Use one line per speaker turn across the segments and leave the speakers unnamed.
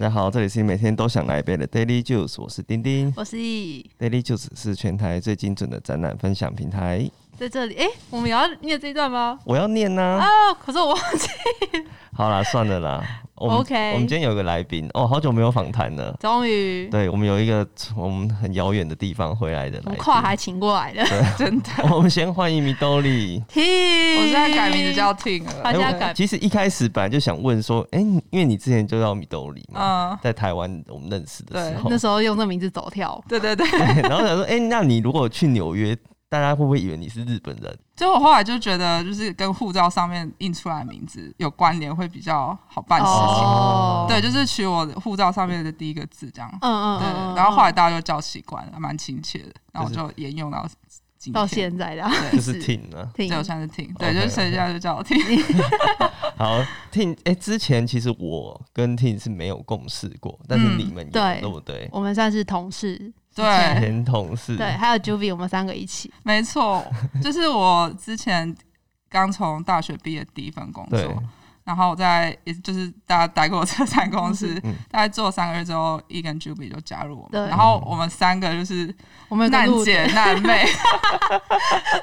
家好，这里是每天都想来一杯的 Daily Juice，我是丁丁。
我是易，
Daily Juice 是全台最精准的展览分享平台。
在这里。哎、我们也要念这一段吗？
我要念呐、
啊，可是我忘记。
好啦，算了啦。我们
OK
我们今天有个来宾哦，好久没有访谈了。
终于，
对，我们有一个从我们很遥远的地方回来的
我
来
们
宾。
跨海请过来的，真的。
我们先欢迎米兜里。
T，
我现在改名字叫 Ting 了。
大
哎
家
我
改
其实一开始本来就想问说，哎、你因为你之前就叫米兜里嘛，
嗯，
在台湾我们认识的 时候，
啊那时候用这名字走跳，
对对对。
对然后想说，哎、那你如果去纽约，大家会不会以为你是日本 人？
就我后来就觉得，就是跟护照上面印出来的名字有关联，会比较好办事情。
哦
对，就是取我护照上面的第一个字这样。
嗯嗯
对
嗯嗯，，
然后后来大家就叫习惯了，蛮亲切的。然后我
就
就沿用到今天。
到现在的啊
对
就是挺啊。
挺
对，我现在是 Ting，对，
OK，
就是所以现在就叫 我 Ting。
好，Tin，哎、之前其实我跟 Tin 是没有共事过，但是
嗯
你们有、
对
对不对？
我们算是同事，
对，
前同事，
对，还有 Juvi，我们三个一起，
没错，就是我之前刚从大学毕业第一份工
对
作。然后我在也就是大家待过我这个三个公司，
嗯
大概做三个月之后，一跟 Juby 就加入我
对
们，然后我们三个就是
我们有个
难
路
姐 难妹，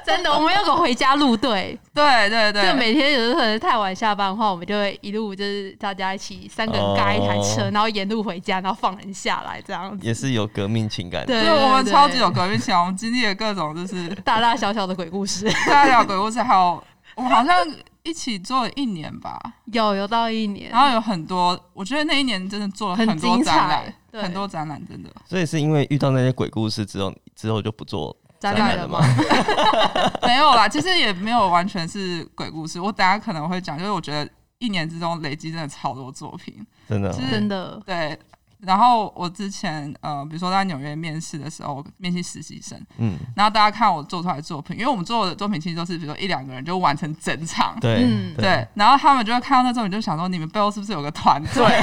真的，我们有个回家路队，
对 对
就
对，
每天有时候可能太晚下班的话，我们就会一路就是大家一起三个人搭一台车，
哦
然后沿路回家，然后放人下来这样子，
也是有革命情感的。
对，
就是我们
对
超级有革命情感，我们经历了各种就是
大大小小的鬼故事，
大家有鬼故事，还有我们好像一起做了一年吧，
有有到一年，
然后有很多，我觉得那一年真的做了
很
很多
精彩
展览，
对
很多展览真的，
所以是因为遇到那些鬼故事之后，之后就不做
展
览
览
了
了
吗
吗？
没有啦，其实也没有完全是鬼故事。我等下可能会讲，就是我觉得一年之中累积真的超多作品。
真的哦、
其实
真的，
对，然后我之前呃，比如说在纽约面试的时候，我面试实习生，
嗯，
然后大家看我做出来的作品，因为我们做的作品其实都是比如说一两个人就完成整场。
对、
嗯
对，然后他们就会看到那作品，就想说你们背后是不是有个团队？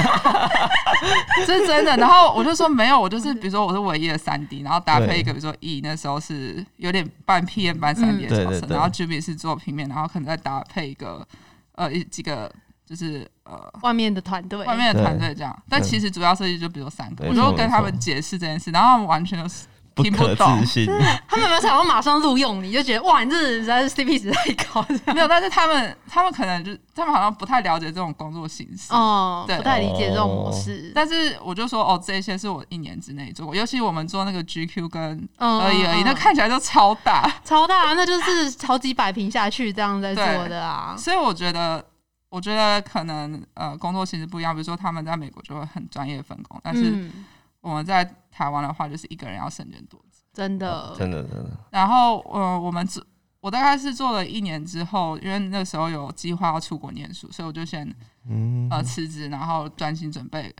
这是真的。然后我就说没有，我就是比如说我是唯一的三 D，然后搭配一个比如说 E 那时候是有点半 PM 半三 D
嗯
的角
对
色，
对对
然后 Jimmy 是做平面，然后可能再搭配一个呃一几个就是呃
外面的团队，
外面的团队这样。但其实主要设计就比如三个，
没
我
错
就跟他
没
们
错
解释这件事，然后他们完全都是
不
听不
可
懂
置信，
他们有没有想要马上录用你，就觉得哇，你这人实在是 CP 值太高，这样
没有，但是他们他们可能就他们好像不太了解这种工作形式。
哦，
对
不太理解这种模式，
但是我就说哦，这些是我一年之内做过，尤其我们做那个 GQ 跟
嗯
而已而已，
嗯
那看起来就超大，
超大，那就是好几百平下去这样在做的啊，
所以我觉得，我觉得可能呃工作形式不一样，比如说他们在美国就会很专业分工，但是
嗯，
我们在台湾的话就是一个人要身兼多职。
真
哦
的，
真的真的，
然后呃，我们做我大概是做了一年之后，因为那时候有计划要出国念书，所以我就先
嗯，
呃辞职，然后专心准备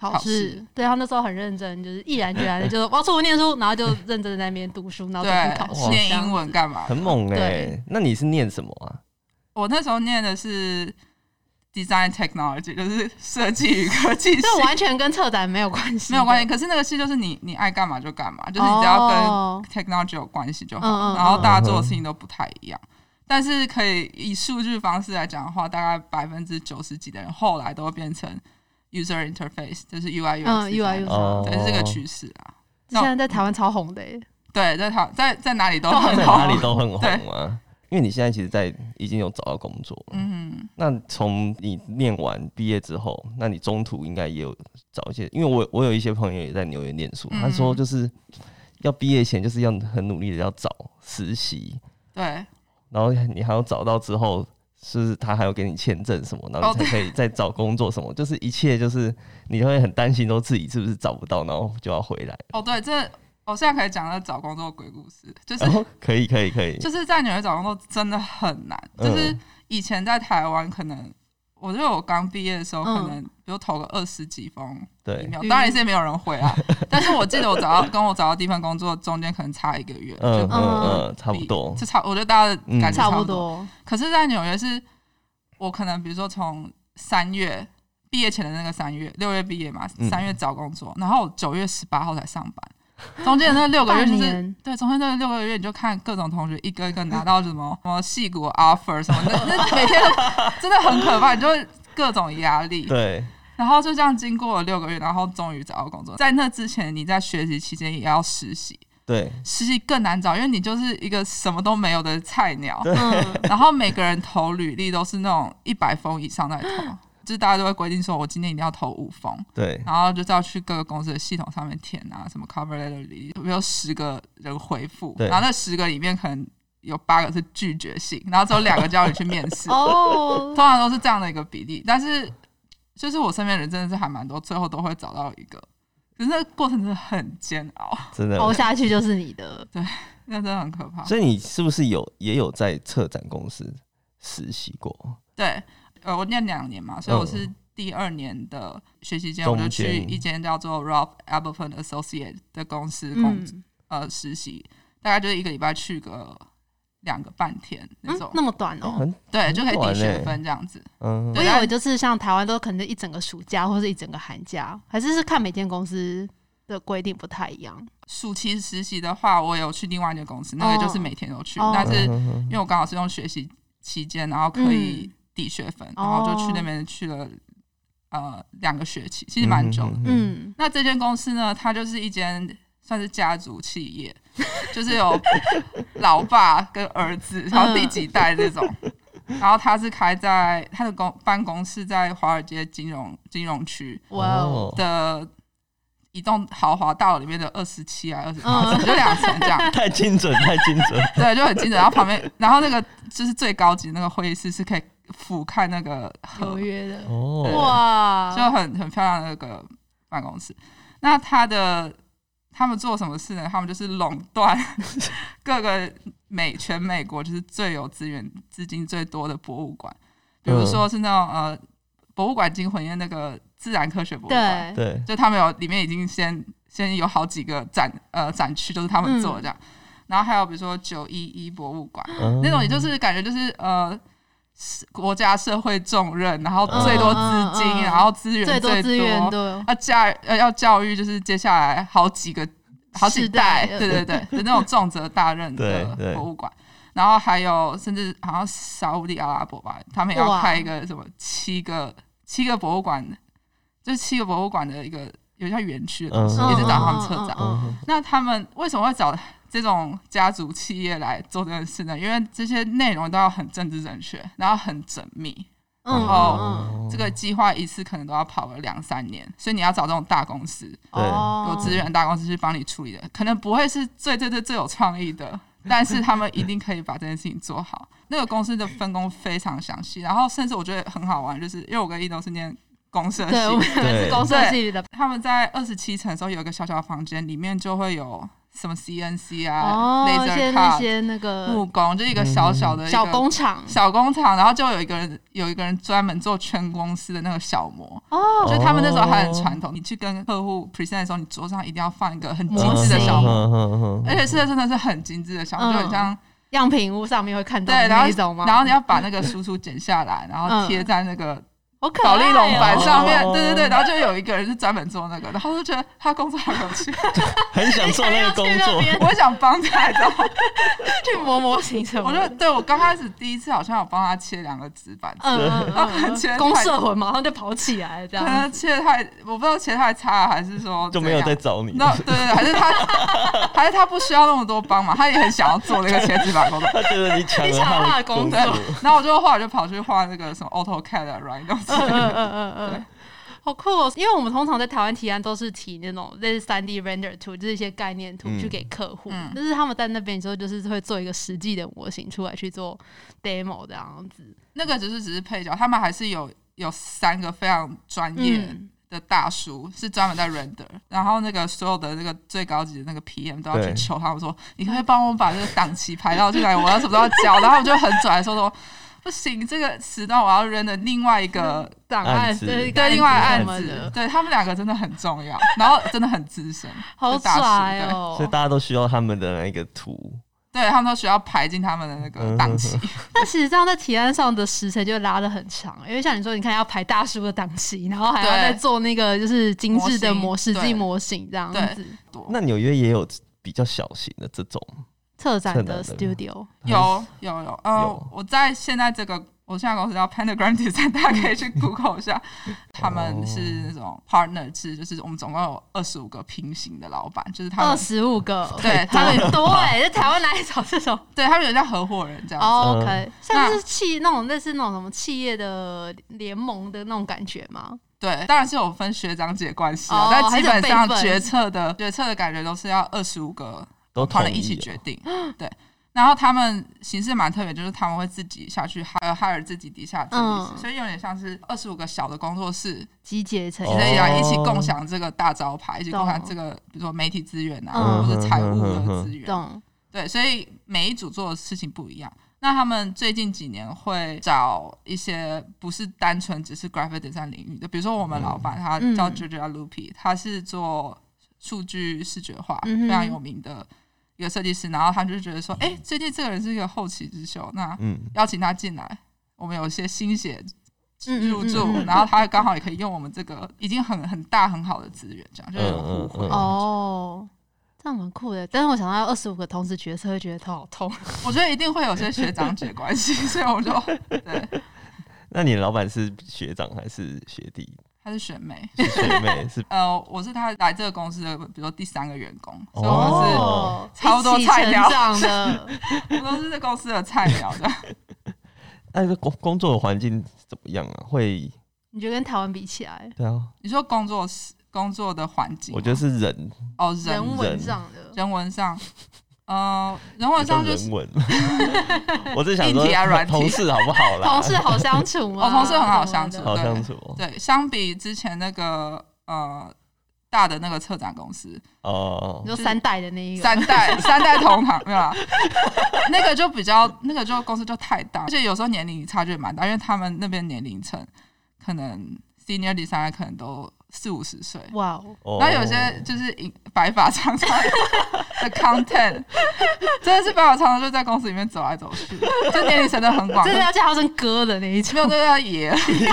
考
考
试
试，
对他那时候很认真，就是毅然决然的，就是我要出国念书，然后就认真的在那边读书，然后就
对
去考
哇
试，
念
这样
英文干嘛的？
很猛哎、
对
那你是念什么啊？
我那时候念的是 design technology，就是设计与科技系，
这完全跟策展没有关系，
没有关系。。可是那个系就是你你爱干嘛就干嘛，就是你只要跟
哦
technology 有关系就好。
嗯嗯嗯
然后大家做的事情都不太一样，但是可以以数据方式来讲的话，大概百分之九十几的人后来都会变成 user interface，就是 UI
嗯
UX，
UI
这样
哦
对，是这个趋势啊。
现在在台湾超红的欸耶，
对，在台在在哪里都
都
很
很
在
好嗯
哪里都很
对
红啊。因为你现在其实，在已经有找到工作了，
嗯，
那从你念完毕业之后，那你中途应该也有找一些，因为我我有一些朋友也在纽约念书，
嗯
他说就是要毕业前就是要很努力的要找实习，
对。
然后你还要找到之后，是他还要给你签证什么，然后
哦
你才可以再 找工作什么，就是一切就是你会很担心，说自己是不是找不到，然后就要回来。
哦，对，这我现在可以讲那找工作的鬼故事，就是
哦
然后哦可以可以可以，
就是在纽约找工作真的很难，
嗯
就是以前在台湾可能。我觉得我刚毕业的时候，
嗯
可能比如投个二十几封
对，
email，、
嗯
当然也是没有人回 啊。但是我记得我找到跟我找到第一份工作中间可能差一个月，
嗯嗯
就
嗯，差不多，嗯
就差，我觉得大家的感觉
差
不
不。多。
可是，在纽约是，我可能比如说从三月毕业前的那个三月，六月毕业嘛，
嗯
三月找工作，然后我九月十八号才上 班，中间的那六个月就
半
是
年
对，中间那六个月你就看各种同学一个一个拿到什么什么戏骨 offer 什么的，那那每天都真的很可怕，你就会各种压力。
对，
然后就这样经过了六个月，然后终于找到工作。在那之前，你在学习期间也要实习，
对
实习更难找，因为你就是一个什么都没有的菜鸟。
嗯，
然后每个人投履历都是那种一百封以上在投，就是大家都会规定说，我今天一定要投五封，
对
然后就是要去各个公司的系统上面填啊，什么 cover letter 里有没有十个人回复，
对
然后那十个里面可能有八个是拒绝信，然后只有两个叫你去面 试，
哦
通，常都是这样的一个比例。但是就是我身边的人真的是还蛮多，最后都会找到一个，可是那个过程真的很煎熬，
真的。
熬下去就是你的。
那真的很可怕。
所以你是不是有也有在策展公司实习过？
对，呃，我念两年嘛，所以我
嗯
是第二年的学习间，
中
我就去
间
一间叫做 Ralph Appleton Associate 的公司工、
嗯，
呃实习，大概就是一个礼拜去个两个半天那种
嗯，那么短
哦
哦。
很
对，就可以
短
抵学
欸
分这样子。
嗯
我以为就是像台湾都可能一整个暑假或是一整个寒假，还是是看每间公司的规定不太一样。
暑期实习的话，我有去另外一个公司，那个就是
哦
每天都去，
哦
但是
嗯哼
因为我刚好是用学习期间，然后可
嗯
以抵学分，然后就去那边去了呃两个学期，其实蛮久的。
嗯，
那这间公司呢，它就是一间算是家族企业， 就是有老爸跟儿子，然后第几代这种。
嗯
然后他是开在他的公办公室在华尔街金融金融区
哇哦，
的一栋豪华大楼里面的二十七啊二十八
嗯
层，就两层这样。
太精准，太精准。
对，就很精准。然后旁边，然后那个就是最高级的那个会议室是可以俯瞰那个河
合，约的，
哦，
哇，
就很很漂亮的那个办公室。那他的他们做什么事呢？他们就是垄断各个美全美国就是最有资源、资金最多的博物馆，比如
嗯
说是那种呃博物馆惊魂夜那个自然科学博物馆，
对，
对，
就他们有里面已经先先有好几个展呃展区都是他们做的这样。然后还有比如说九一一博物馆，
嗯
那种也就是感觉就是呃，是国家社会重任，然后最多资金，
嗯嗯嗯
然后资源
最
多，
多资源的，
要教要要教育，就是接下来好几个好几
世代呃
对对对的那种重责大任的
对对
博物馆。然后还有，甚至好像沙烏地阿拉伯吧，他们也要
哇
开一个什么七个七个博物馆，就是七个博物馆的一个有点像园区的东西，
嗯
一直找他
嗯
们
嗯
策展。
嗯嗯
那他们为什么会找这种家族企业来做这件事呢？因为这些内容都要很政治正确，然后很缜密。
嗯嗯
哦
这个计划一次可能都要跑个两三年，所以你要找这种大公司、
对
哦，
有资源的大公司去帮你处理的，可能不会是最最最最有创意的，但是他们一定可以把这件事情做好。那个公司的分工非常详细，然后甚至我觉得很好玩，就是因为我跟一都是念公社
对，我
系
们，
对
是公司系的，
他们在二十七层的时候有一个小小的房间，里面就会有什么 CNC 啊、
哦，
l a
一
s e
些
r
那
cut、
些那个
木工，就一个小小的一个
嗯小工厂，
小工厂，然后就有一个人有一个人专门做全公司的那个小模，
哦，
所以他们那时候还很传统。你去跟客户 present 的时候，你桌上一定要放一个很精致的小模，
模
而且是真的是很精致的小模，
哦嗯
就很像
样品屋上面会看到
对，
的
然
那一种
后
吗？
然后你要把那个输出剪下来，然后
嗯
贴在那个
好可爱
保
哦
利龙板 上面，
哦
对对对，然后就有一个人是专门做那个，然后就觉得他工作很有趣，
很想做那个工
你想要
作
去那，边
我也想帮他，你知道吗？
去磨模型什么
我
的，
就对我刚开始第一次好像有帮他切两个纸板，
嗯嗯
然后可能
嗯
切
嗯，
太
公社魂马上就跑起来了这
可
样嗯
能
子，
切太，我不知道切太差还是说
就没有
怎
再
样。
找你。
那对对对，还是他，还是他不需要那么多帮忙，他也很想要做那个切纸板工作。
他觉得你抢
你
了
抢
他
了他
的
的
工
工
作
对，，然后我就后来就跑去画那个什么 AutoCAD 啊的软东西
嗯。嗯嗯嗯嗯。好酷哦！因为我们通常在台湾提案都是提那种类似三 D render 图，就是一些概念图
嗯
去给客户，
嗯
但是他们在那边之后就是会做一个实际的模型出来去做 demo 这样子。
那个只是只是配角，他们还是有有三个非常专业
嗯
的大叔是专门在 render，然后那个所有的那个最高级的那个 PM 都要去
对
求他们说，你可不可以帮我把这个档期排到进来，我要什么时候交？然后我就很拽地说说，不行，这个时段我要 render 另外一个。
档
案
案
子
对
对，另外案
嗯什么
子
的，，
对他们两个真的很重要，然后真的很资深，
好
就大叔
所
拽！
以
哦！
大家都需要他们的那个图。
对对他们都需要排进他们的那个档期，
那其实这样在提案上的时程就拉得很长，因为像你说，你看要排大叔的档期，然后还要
对
再做那个就是精致的模
模型
实际
对
模型这样子。
多
那纽约也有比较小型的这种，
策展的
策展的
studio，
有有有，呃
有，
我在现在这个我现在公司叫 Pentagram Design，大 家可以去
嗯
Google 一 下。他们是那
哦
种 partner 制，就是我们总共有二十五个平行的老板，就是他
二
们
十五个，
嗯对他们
很多哎，在台湾哪里找这种
对他们有叫合伙人这样子。
哦
嗯
？OK，像是企那种类似那种什么企业的联盟的那种感觉吗？
对，当然是有分学长姐关系啊，
哦
但基本
还
上
是有辈分
决策的决策的感觉都是要二十五个
都统
讨论
一
一起
了
决定。对，然后他们形式蛮特别，就是他们会自己下去哈呃 hire 自己底下的设计
嗯
师，所以有点像是二十五个小的工作室，
集结成
哦
所以来一起共享这个大招牌，一起共享
懂
这个比如说媒体资源啊，
嗯
或者财务的资源。
懂
对，所以每一组做的事情不一样。那他们最近几年会找一些不是单纯只是 graphic design 领域的，比如说我们老板他
嗯
叫 Georgia Lupi，他是做数据视觉化
嗯哼
非常有名的一个设计师，然后他就觉得说，哎，最近这个人是一个后起之秀，那
嗯，
邀请他进来，我们有一些新血
嗯嗯
入驻，
嗯嗯嗯
然后他刚好也可以用我们这个已经很很大很好的资源，这样就是有互惠。
嗯
哦。这样蛮酷的，但是我想到二十五个同时决策，会觉得头好痛。
我觉得一定会有些学长姐 关系，所以我就对。
那你老板是学长还是学弟？
她是学妹。
是学 妹是
呃，我是她来这个公司的，比如说第三个员工，所以我们是、
哦
超多
一起
菜
成
鸟
长的，
我都是这公司的菜鸟 的。
那个工工作的环境怎么样啊？会
你觉得跟台湾比起来，
对啊，
你说工作室工作的环境吗，
我觉得是人
哦人
人文上的，
人文上，呃，人文
比较
上就是
人文。 我只想说
硬体啊软体
同事好不好啦
同？事好相处啊吗？
哦同事很好相处
懂了懂了
好相处哦
对，相比之前那个呃大的那个策展公司，
哦
你。说三代的那一个，
三代三代同堂没有啦， 那个就比较那个就公司就太大，而且有时候年龄差距也蛮大，因为他们那边年龄层可能 senior designer 可能都四五十岁，
哇哦，
哦
然后有些就是银白发苍苍 的 content，真的是白发苍苍就在公司里面走来走去，这年龄层的很广，
这
真
是
的
要叫他成哥的那一种
没有这叫爷，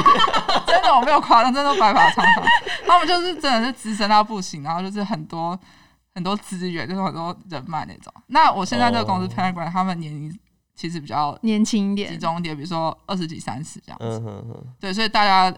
真的我没有夸张，真的都白发苍苍，他们就是真的是资深到不行，然后就是很多很多资源，就是很多人脉那种。那我现在这个公司
哦
Pentagram，他们年龄其实比较
年轻一
集
点，
中一点，比如说二十几、三十这样子，
嗯哼哼，
对，所以大家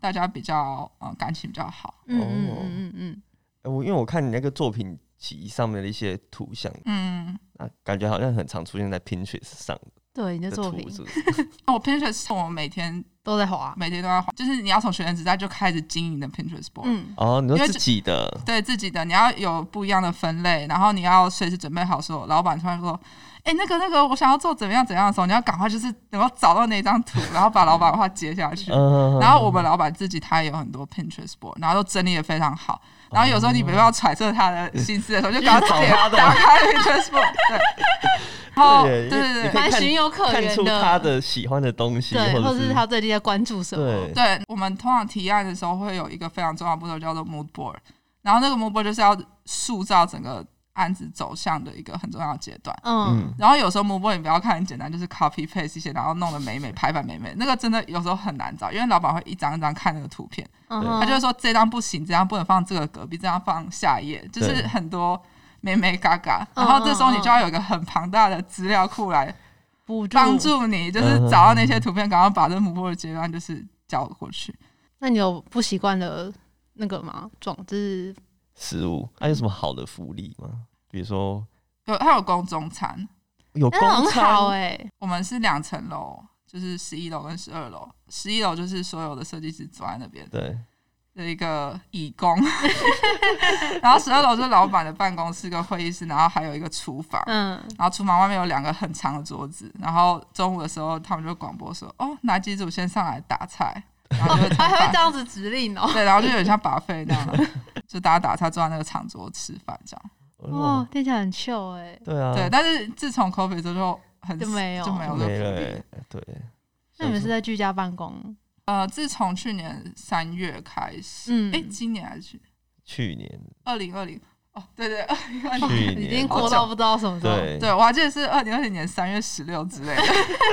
大家比较呃感情比较好，
嗯
哦
嗯嗯嗯嗯，
哎我因为我看你那个作品集上面的一些图像
嗯。
啊，感觉好像很常出现在 Pinterest 上
对，你
的
的作
图，
品
是不是？
我 Pinterest 是我们每天
都在滑，
每天都在花，就是你要从学生时代就开始经营的 Pinterest board，、
嗯，
哦，你
因
说
为
自
这
己的
对自己的你要有不一样的分类，然后你要随时准备好说，老板突然说，哎、那个那个，我想要做怎么样怎样的时候，你要赶快就是能够找到那张图，然后把老板的话接下去。
嗯，
然后我们老板自己他也有很多 Pinterest board，然后都整理的非常好。然后有时候你没办法揣测他的心思的时候，就赶
去
快
找他的
打开 Pinterest board。对， 然后对
对
对对
你可以
蛮
看
情有可
看
原
出他的喜欢的东西，
对，
或
或者是他最近在关注什么，
对
对，我们通常提案的时候会有一个非常重要的步骤叫做 mood board，然后那个 mood board 就是要塑造整个案子走向的一个很重要的阶段。
嗯，
嗯，
然后有时候 mood board 你不要看很简单，就是 copy paste 一些，然后弄得美美排版美美，那个真的有时候很难找，因为老板会一张一张看那个图片，
嗯
对
哼，
他就会说这张不行，这张不能放这个隔壁，这张放下一页，就是
对
很多美美嘎嘎。
嗯
然后这时候
嗯
你
嗯
就要有一个很庞大的资料库来
补助
帮。助你，就是
嗯嗯
找到那些图片，赶快把这 mood board 的阶段就是交过去。
那你有不习惯的那个吗？状就是
食物，还有什么好的福利吗？比如说
有它有供中餐，
有
那
公
很好
餐，
哎，
我们是两层楼，就是十一楼跟十二楼。十一楼就是所有的设计师坐在那边
对，
的一个义工， 然后十二楼就是老板的办公室跟会议室，然后还有一个厨房。
嗯，
然后厨房外面有两个很长的桌子，然后中午的时候他们就广播说：“哦，哪几组先上来打菜。”然后
哦
就会，从
还会这
buffet-
样子指令哦，
对，然后就有点像把费那样，就大家打菜坐在那个长桌吃饭这样。
哦
哦，，
听起来很秀哎，
对啊，
对，但是自从 COVID 之后就很
就没有
就没有这个
没
福
了
利
欸，对，
那你们是在居家办公？
呃，自从去年三月开始，
嗯
哎、今年还是去
去年，
二零二零？哦，对对，二零二零，
去
已经
年
过到不知道什么时候。
对
对我还记得是二零二零年三月十六之类的。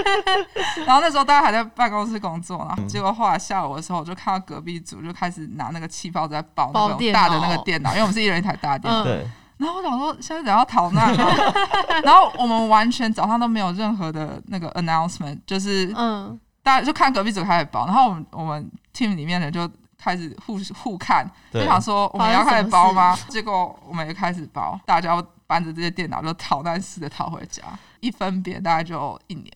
然后那时候大家还在办公室工作，然后
嗯
结果后来下午的时候，我就看到隔壁组就开始拿那个气泡在爆
爆
那种
电
大的那
脑
个电脑，因为我们是一人一台大电
嗯
脑。
对，
然后我想说，现在怎样逃难 啊？然后我们完全早上都没有任何的那个 announcement，就是
嗯，
大家就看隔壁组开始包，然后我们我们 team 里面的就开始互互看，就
对
想说我们也要
发生
开
什
始
么
包吗？结果我们也开始包，大家搬着这些电脑就逃难似的逃回家，一分别大概就 一年，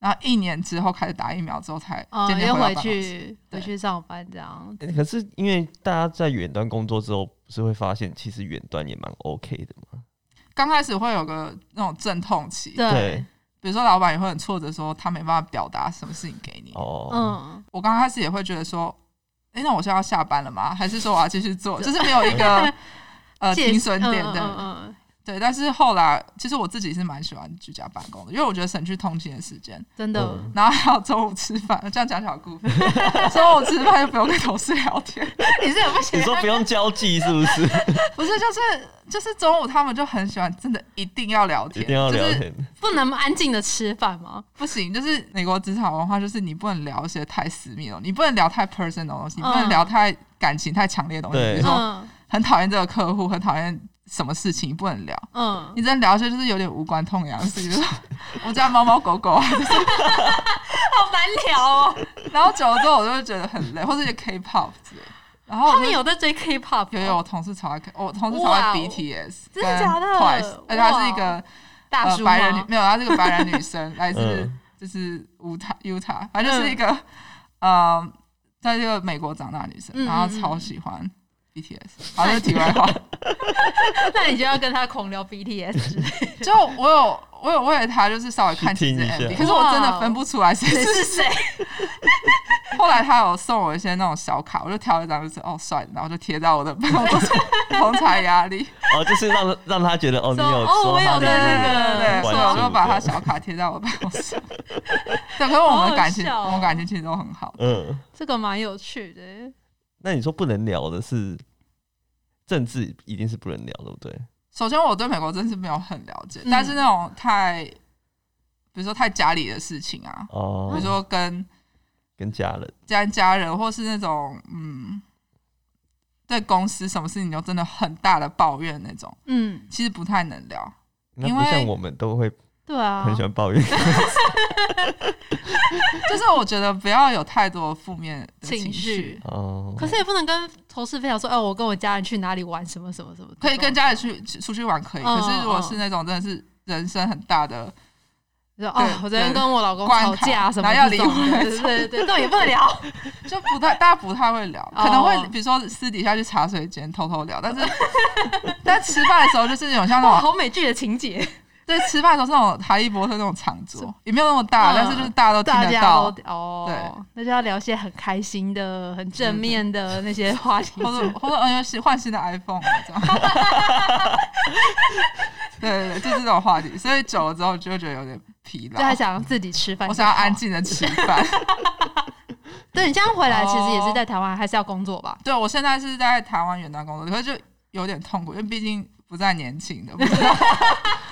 然后一年之后开始打疫苗之后才
嗯
渐，渐
又
回到
回
办公室
去
对
回去上班这样。
欸可是因为大家在远端工作之后，不是会发现其实远端也蛮 OK 的嘛？
刚开始会有个那种阵痛期，
对，
比如说老板也会很挫折，说他没办法表达什么事情给你。
哦，
嗯，
我刚开始也会觉得说，哎、那我现在要下班了吗？还是说我要继续 做？就是没有一个呃
借
停损
嗯
点
嗯
的，
嗯嗯
对。但是后来，其实我自己是蛮喜欢居家办公的，因为我觉得省去通勤的时间，
真的，
嗯
然后还有中午吃饭，这样讲起来好 过分。中午吃饭就不用跟同事聊天，
哎你是有不
你
行，
说不用交际是不是？
不是就是就是中午他们就很喜欢，真的一定要聊天，
一定要聊
就是
天，
不能安静的吃饭吗？
不行，就是美国职场文化，就是你不能聊一些太私密的东西，你不能聊太 personal 的东西，你不能
嗯
聊太感情太强烈的东西，
对
比如说
嗯
很讨厌这个客户，很讨厌什么事情，你不能聊。
嗯，
你只能聊一些就是有点无关痛痒的事情，比如说 我家猫猫狗狗啊。
好难聊哦。
然后久了之后，我就会觉得很累，或者一些 K-pop 之类的。然后我
他
就
们有在追 K-pop，吗
有有，我同事超爱 K，我同事超爱
哇哦
BTS，
真的假的
跟 Twice，而且她是一
哇
个
大
呃
叔
白人女
吗，？
没有，她是个白人女生，来自
嗯
就是乌塔 Utah，反正就是一个呃，在这个美国长大的女生，
嗯
然后超喜欢 BTS。好，这是题外话。
那你就要跟他狂聊 BTS，
就我有我有为了她就是稍微看几支
去听一下
MV，可是我真的分不出来谁
谁 是
是
谁？
后来他有送我一些那种小卡，我就挑一张，就是哦帅的，然后就贴在我的办公桌，同才压力。
哦，就是让让他觉得哦，你
说
有
哦
说
我有
他
对
的
对对
那
对
对
个
对
对
对，所以
关
我
注
就把他
对
小卡贴在我办公 室。对，可是我们的感情，
好好笑哦
我们感情其实都很好。
嗯，
这个蛮有趣的。
那你说不能聊的是政治，一定是不能聊，对不对？
首先，我对美国真是没有很了解，
嗯
但是那种太，比如说太家里的事情啊，比
哦
如，说跟
跟家人，
家家人，或是那种嗯，对公司什么事情有真的很大的抱怨那种，
嗯，
其实不太能聊。
那
因
不
为
像我们都会
对啊，
很喜欢抱怨，
就是我觉得不要有太多负面的
情
绪
绪。，
哦，
可是也不能跟同事分享说，哦，我跟我家人去哪里玩，什么什么什么，
可以跟家里去去出去玩可以，
嗯
可是如果是那种真的是人生很大的，
说
对
哦，我昨天跟我老公
关
吵
卡
架什
然
么
后要
这
离
种
婚
的，对对对，那也不能聊。
就不太大家不太会聊，
嗯哦
可能会比如说私底下去茶水间偷偷聊，但是 但吃饭的时候就是那种像
哇，
那种
好美剧的情节，
对吃饭的时候是那种哈利波特那种长桌，也没有那么
嗯
大，但是就是大家都
大
听得
家
到
都，哦，那就要聊些很开心的、很正
对对
面的那些话 题。
或者或者嗯，是换 新的 iPhone 啊这样。对对对，就这种话题，所以久了之后就会觉得有点疲
就还
劳。
想自己吃饭，
我想要安。静的吃饭。
对你这样回来，其实也
哦
是在台湾还是要工作吧？
对，我现在是在台湾远端工作，可是就有点痛苦，因为毕竟不再年轻了。不知 道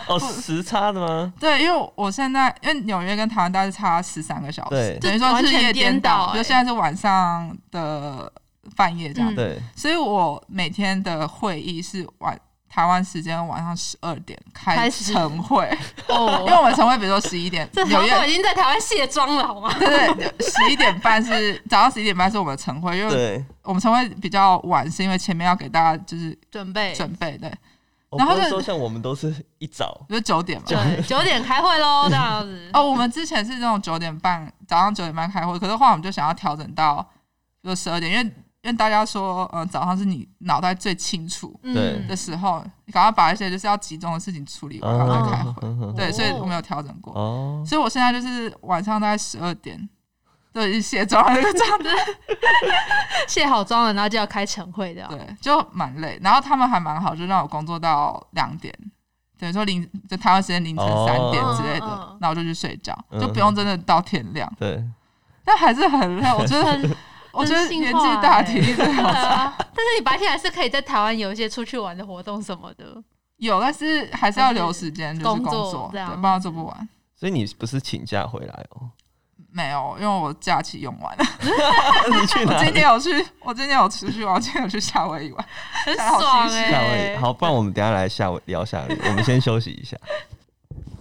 哦，时差的吗？
对，因为我现在因为纽约跟台湾大概是差十三个小时
对，
等于
就
说
完
日
全
夜
颠
倒，
倒
就
欸
现在是晚上的半夜这样。
嗯
对，
所以我每天的会议是晚台湾时间晚上十二点开
开始
晨 会，因为
哦，
我们晨会比如说十一点，
这
纽
他都
约
已经在台湾卸妆了，好吗？
对对，十一点半是早上十一点半是我们的晨会，因为
对，
我们晨会比较晚，是因为前面要给大家就是
准备
准备对。
我
然后
哦不
就是
说像我们都是一早，
比如九点嘛。
对九点开会喽，这样子。
哦，我们之前是那种九点半，早上九点半开会，可是后来我们就想要调整到，比如十二点，因为因为大家说，呃，早上是你脑袋最清楚
嗯
对
的时候，你赶快把一些就是要集中的事情处理完，然后再开会。
哦
啊对，所以
哦
我没有调整过，
哦，
所以我现在就是晚上大概十二点。都已经卸妆了，就这样子，
卸好妆了，然后就要开晨会的。
对，就蛮累。然后他们还蛮好，就让我工作到两点，等于说凌就台湾时间凌晨三点之类的，
哦嗯嗯
然后我就去睡觉，
嗯
就不用真的到天亮。
对，
但还是很累。我觉得，
很
我觉得
很
年
幸
纪
化
大，
欸
体力真的
对
好差。
啊，但是你白天还是可以在台湾有一些出去玩的活动什么的。
有，但是还是要留时间，就是工
工作
作，
这
对，
样
不然做不完。
所以你不是请假回来 哦？
没有，因为我假期用完了。
你去
我
哪
今
里？
天有去，我今天有出去玩，我今天有去夏威夷 玩。
很
好
爽
新
哎、
鲜
夏威 哦夷。好，不然我们等一下来夏威聊夏威夷，我们先休息一下。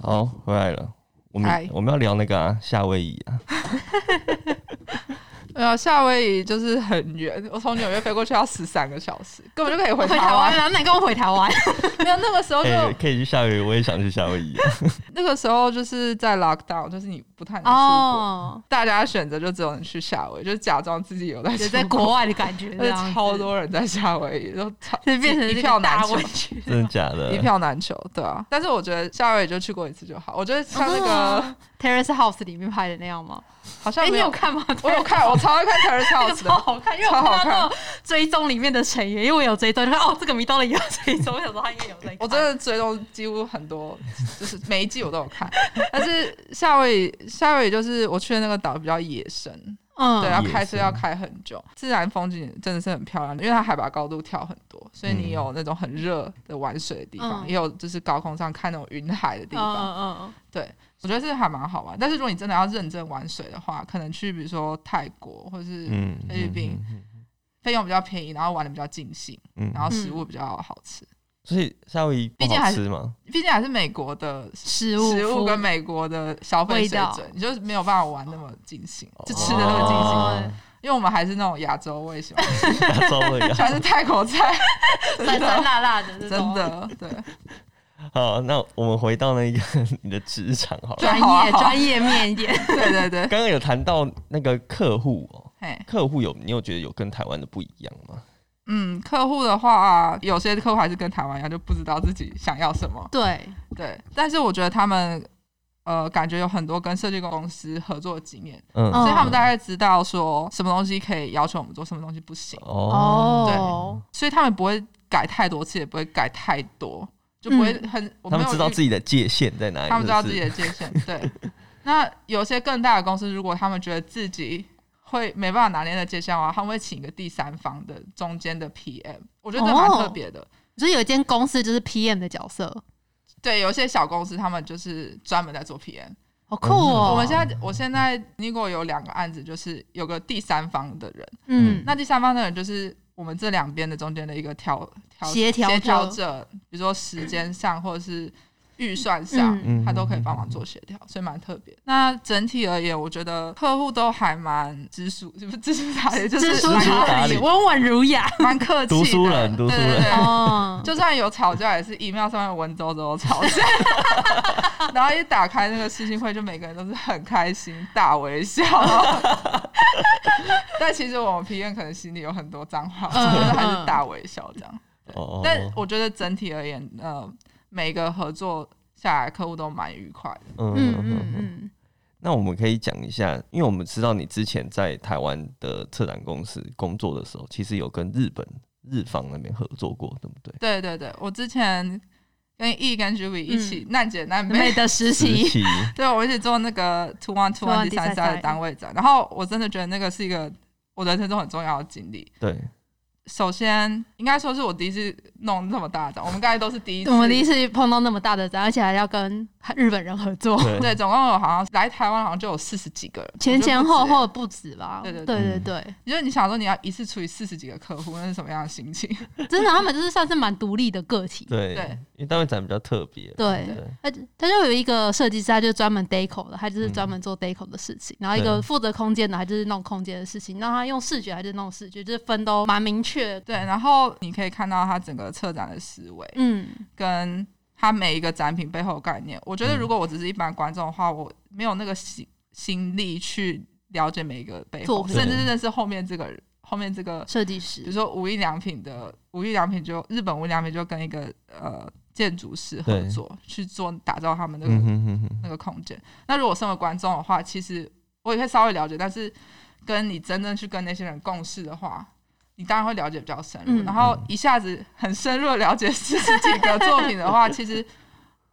好，回来了。我们
嗨
我们要聊那个啊，夏威夷啊，
对啊，夏威夷就是很远，我从纽约飞过去要十三个小时，根本就可以回
回
台
台湾
湾。
了，那你跟我回台湾？
没有那个时候就、
哎、 可以去夏威夷，我也想去夏威夷、啊。
那个时候就是在 lockdown，就是你不太能出国，
哦，
大家选择就只有能去夏威夷，就假装自己有在
有
出
在国外的感觉，
而且超，多人在夏威夷，都 超
就变成
一
这个
票难
大
求
问。题。
真的假
嗯
的？
一票难求，对啊，但是我觉得夏威夷就去过一次就好。我觉得像那个、
哦 Terrace House 里面拍的那样吗？
好像
哎，
没
你有看吗？
我有看，我超爱 看 Terrace
那个
House
超
的，
好看，因为我
超好
看
看
到那种追踪里面的成员，因为我有追踪，就看哦，这个迷到了也有追踪，我想说他应该有在看。
我真的追踪几乎很多，就是每一季我都有看。 但是夏威夷，夏威夷就是我去的那个岛比较野生，
嗯，
对，
啊
要开车
野生
要开很久，自然风景真的是很漂亮的，因为它海拔高度跳很多，所以你
嗯
有那种很热的玩水的地方，
嗯
也有就是高空上看那种云海的地
嗯
方。
嗯嗯，
对，我觉得这还蛮好玩。但是如果你真的要认真玩水的话，可能去比如说泰国或是
嗯，
菲律宾，
嗯，嗯
费用比较便宜，然后玩的比较尽兴，
嗯
然后食物比较好吃。
所以夏威夷不
毕竟
好
还
吃嘛，
毕竟还是美国的
食物
食物跟美国的消费水
味道
准，你就是没有办法玩那么尽兴，就吃的那么尽兴。
哦
因为我们还是那种亚洲味，喜欢吃
亚洲味
喜欢
啊。
吃泰国菜，
酸酸辣辣的这
真
种，
的对。
好，那我们回到那个 你的职场好了。
专
好啊
业
好啊
专业面一点。
对对对，
刚刚有谈到那个客户哦，
嘿，
客户有你有觉得有跟台湾的不一样吗？
嗯，客户的话，啊有些客户还是跟台湾一样，就不知道自己想要什么。
对，
对，但是我觉得他们呃，感觉有很多跟设计公司合作的经验，
嗯，
嗯
所以他们大概知道说什么东西可以要求我们做，什么东西不行，
哦，
哦，
所以他们不会改太多次，也不会改太多，就不会很。我
他
没
们
有
知道
遇
自己的界限在哪里，
他们知道自己
是
的界限。对， 那有些更大的公司，如果他们觉得自己会没办法拿捏的界限的话，他们会请一个第三方的中间的 PM，我觉得这蛮特别的。
就是有一间公司就是 PM 的角色，
对，有些小公司他们就是专门在做 PM。
好酷哦。
我们现在，我现在 n i g o 有两个案子，就是有个第三方的人，
嗯，
那第三方的人就是我们这两边的中间的一个调调
协调者
协调者，比如说时间上或者是预算上，
嗯
他都可以帮忙做协调，所以蛮特别。那整体而言，我觉得客户都还蛮知书，不是知书达理，就是
知书
知
蛮
书达
达
理
理，温文儒雅。
蛮客气的，
读书人读书人
对对对
哦，
就算有吵架，也是 email 上面文绉绉吵架， 然后一打开那个视讯会，就每个人都是很开心，大微笑。 但其实我们 P N 可能心里有很多脏话，
嗯
但是还是大微笑这样。
哦，
但我觉得整体而言，呃，每个合作下来，客户都蛮愉快的。
嗯
嗯嗯嗯，
那我们可以讲一下，因为我们知道你之前在台湾的策展公司工作的时候，其实有跟日本日方那边合作过，对不对？
对对对，我之前跟 E 跟 Juby 一
嗯
起难姐难妹
美的实习，
期，
对，我一起做那个 two one two one 第三三的单位展，然后我真的觉得那个是一个我人生中很重要的经历。
对，
首先，应该说是我第一次弄这么大的展，我们刚才都是第一次，
我们第一
次。
次碰到那么大的展，而且还要跟日本人合作，
对
对，总共有好像来台湾好像就有四十几个人，
前前后
我
后不止吧？
对对
对
对
对对，
觉得不止，就是你想说你要一次处理四十几个客户，那是什么样的心情？
真的，他们就是算是蛮独立的个体。
对
对
因为单位展比较特别，
对
对，
他他就有一个设计师，他就是专门 deco 的，他就是专门做 deco 的事情。然后一个
对
负责空间的，他就是弄空间的事情。那他用视觉，他就是弄视觉，就是分都蛮明确。
对，然后你可以看到他整个策展的思维，
嗯，
跟他每一个展品背后的概念。我
嗯
觉得如果我只是一般观众的话，我没有那个心心力去了解每一个背
作
后，
品
甚至是认识后面这个人后面这个，
设计
比如
师。
说无印良品的无印良品就日本无印良品就跟一个呃建筑师合
对
作去做打造他们那个、
嗯哼哼哼，
那个空间。那如果身为观众的话，其实我也可以稍微了解，但是跟你真正去跟那些人共事的话。你当然会了解比较深
嗯
入，然后一下子很深入的了解四十几个作品的话，其实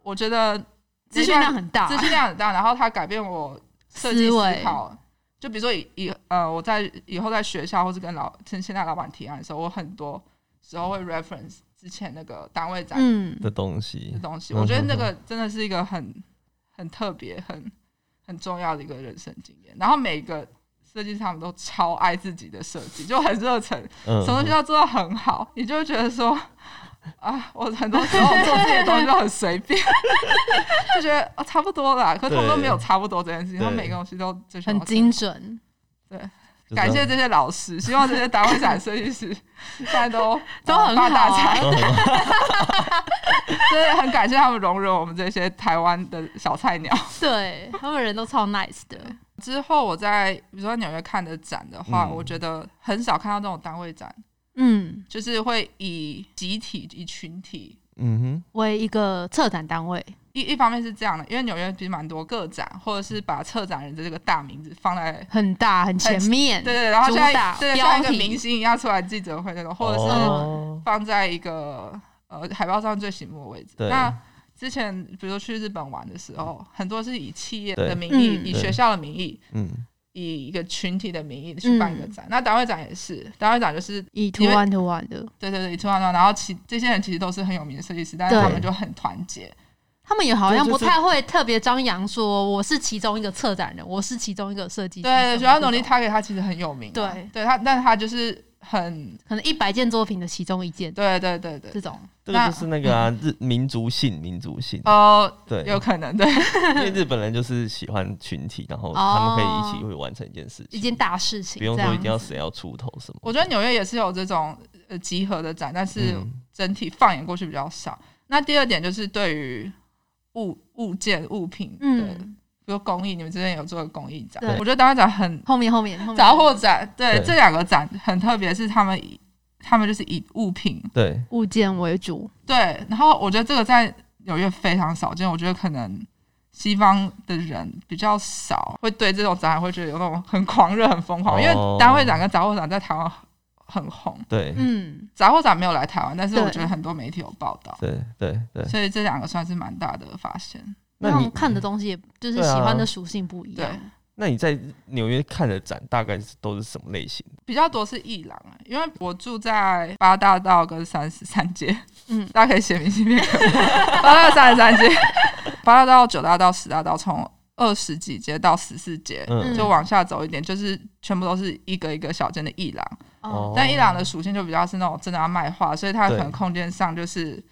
我觉得
资讯量很大
资，讯量很大，然后它改变我设计
思
思
维
考。就比如说以以呃，我在以后在学校或是跟老趁现在老板提案的时候，我很多时候会 reference 之前那个单位展
嗯，
的东西
的，东西。
嗯
我觉得
嗯
那个真的是一个很很特别、很很重要的一个人生经验。然后每个设计师他们都超爱自己的设计，就很热忱，
嗯
什么东西都做的很好，你就会觉得说。啊，我很多时候做这些东西都很随便， 就觉得、哦、差不多啦。可是他们都没有差不多这件事情，他们
对
每个东西都追求
很
到
精准。
就是
感谢这些老师，希望这些单位展设计师现在都
都很好啊
发大财，
都很好
真的很感谢他们容忍我们这些台湾的小菜鸟。
对他们人都超 nice 的，
之后我在比如说纽约看的展的话，
嗯
我觉得很少看到这种单位展，
嗯，
就是会以集体、以群体。
嗯哼，
为一个策展单位，
一一方面是这样的，因为纽约其实蛮多个展，或者是把策展人的这个大名字放在
很大很前面，
对对，然后
主
现在
打
对
标
像一个
题
明星一样出来记者会那种，或者是
哦
放在一个呃海报上最醒目的位置。
对
那之前比如说去日本玩的时候，很多是以企业
对
的名义、
嗯
以
对
学校的名义、
嗯，
以一个群体的名义去办一个展。那单位展也是，单位展就是
以图
因为
案图案的，
对对对，一出完然后其这些人其实都是很有名的设计师，但是
对
他们就很团结。
他们也好像
对
不
就是
太会特别张扬说我是其中一个策展人，我是其中一个设计师。
对，
什
主
么
要
这种
努力 target 他其实很有名嘛，
对
对他，但他就是很
可能一百件作品的其中一件
对对对对
这种，
这个就是那个啊，日民族性，民族性，
哦，
对，
有可能对。
因为日本人就是喜欢群体，然后他们可以一起会完成一件事
一
情，
件大事情，
不用
这
说
样
一定要
子
谁要出头什么。
我觉得纽约也是有这种呃集合的展，但是
嗯
整体放眼过去比较少。那第二点就是对于物物件物品的，
嗯，
比如工艺，你们之前有做过工艺展
对，
我觉得单位展很
后面后面后面嗯
杂货展，对
对
这两个展很特别，是他们以他们就是以物品
对，
物件为主，
对，然后我觉得这个在纽约非常少见，我觉得可能。西方的人比较少会对这种展览会觉得有那种很狂热、很疯狂，因
哦
为单位展跟杂货展在台湾很红，
对，
嗯，
杂货展没有来台湾，但是
对
我觉得很多媒体有报道，
对，对，对。
所以这两个算是蛮大的发现。
那
那
你
种看的东西也就是
对
喜
啊
欢的属性不一
对啊
样，
那你在纽约看的展大概是都是什么类型？
比较多是艺廊、欸，因为我住在八大道跟三十三街，
嗯
大家可以写明信片给我。八大道三十三街，八大道、九大道、十大道，从二十几街到十四街，
嗯，
就往下走一点，就是全部都是一个一个小间的艺廊。
哦
但艺廊的属性就比较是那种真的要卖画，所以它可
对
能空间上就是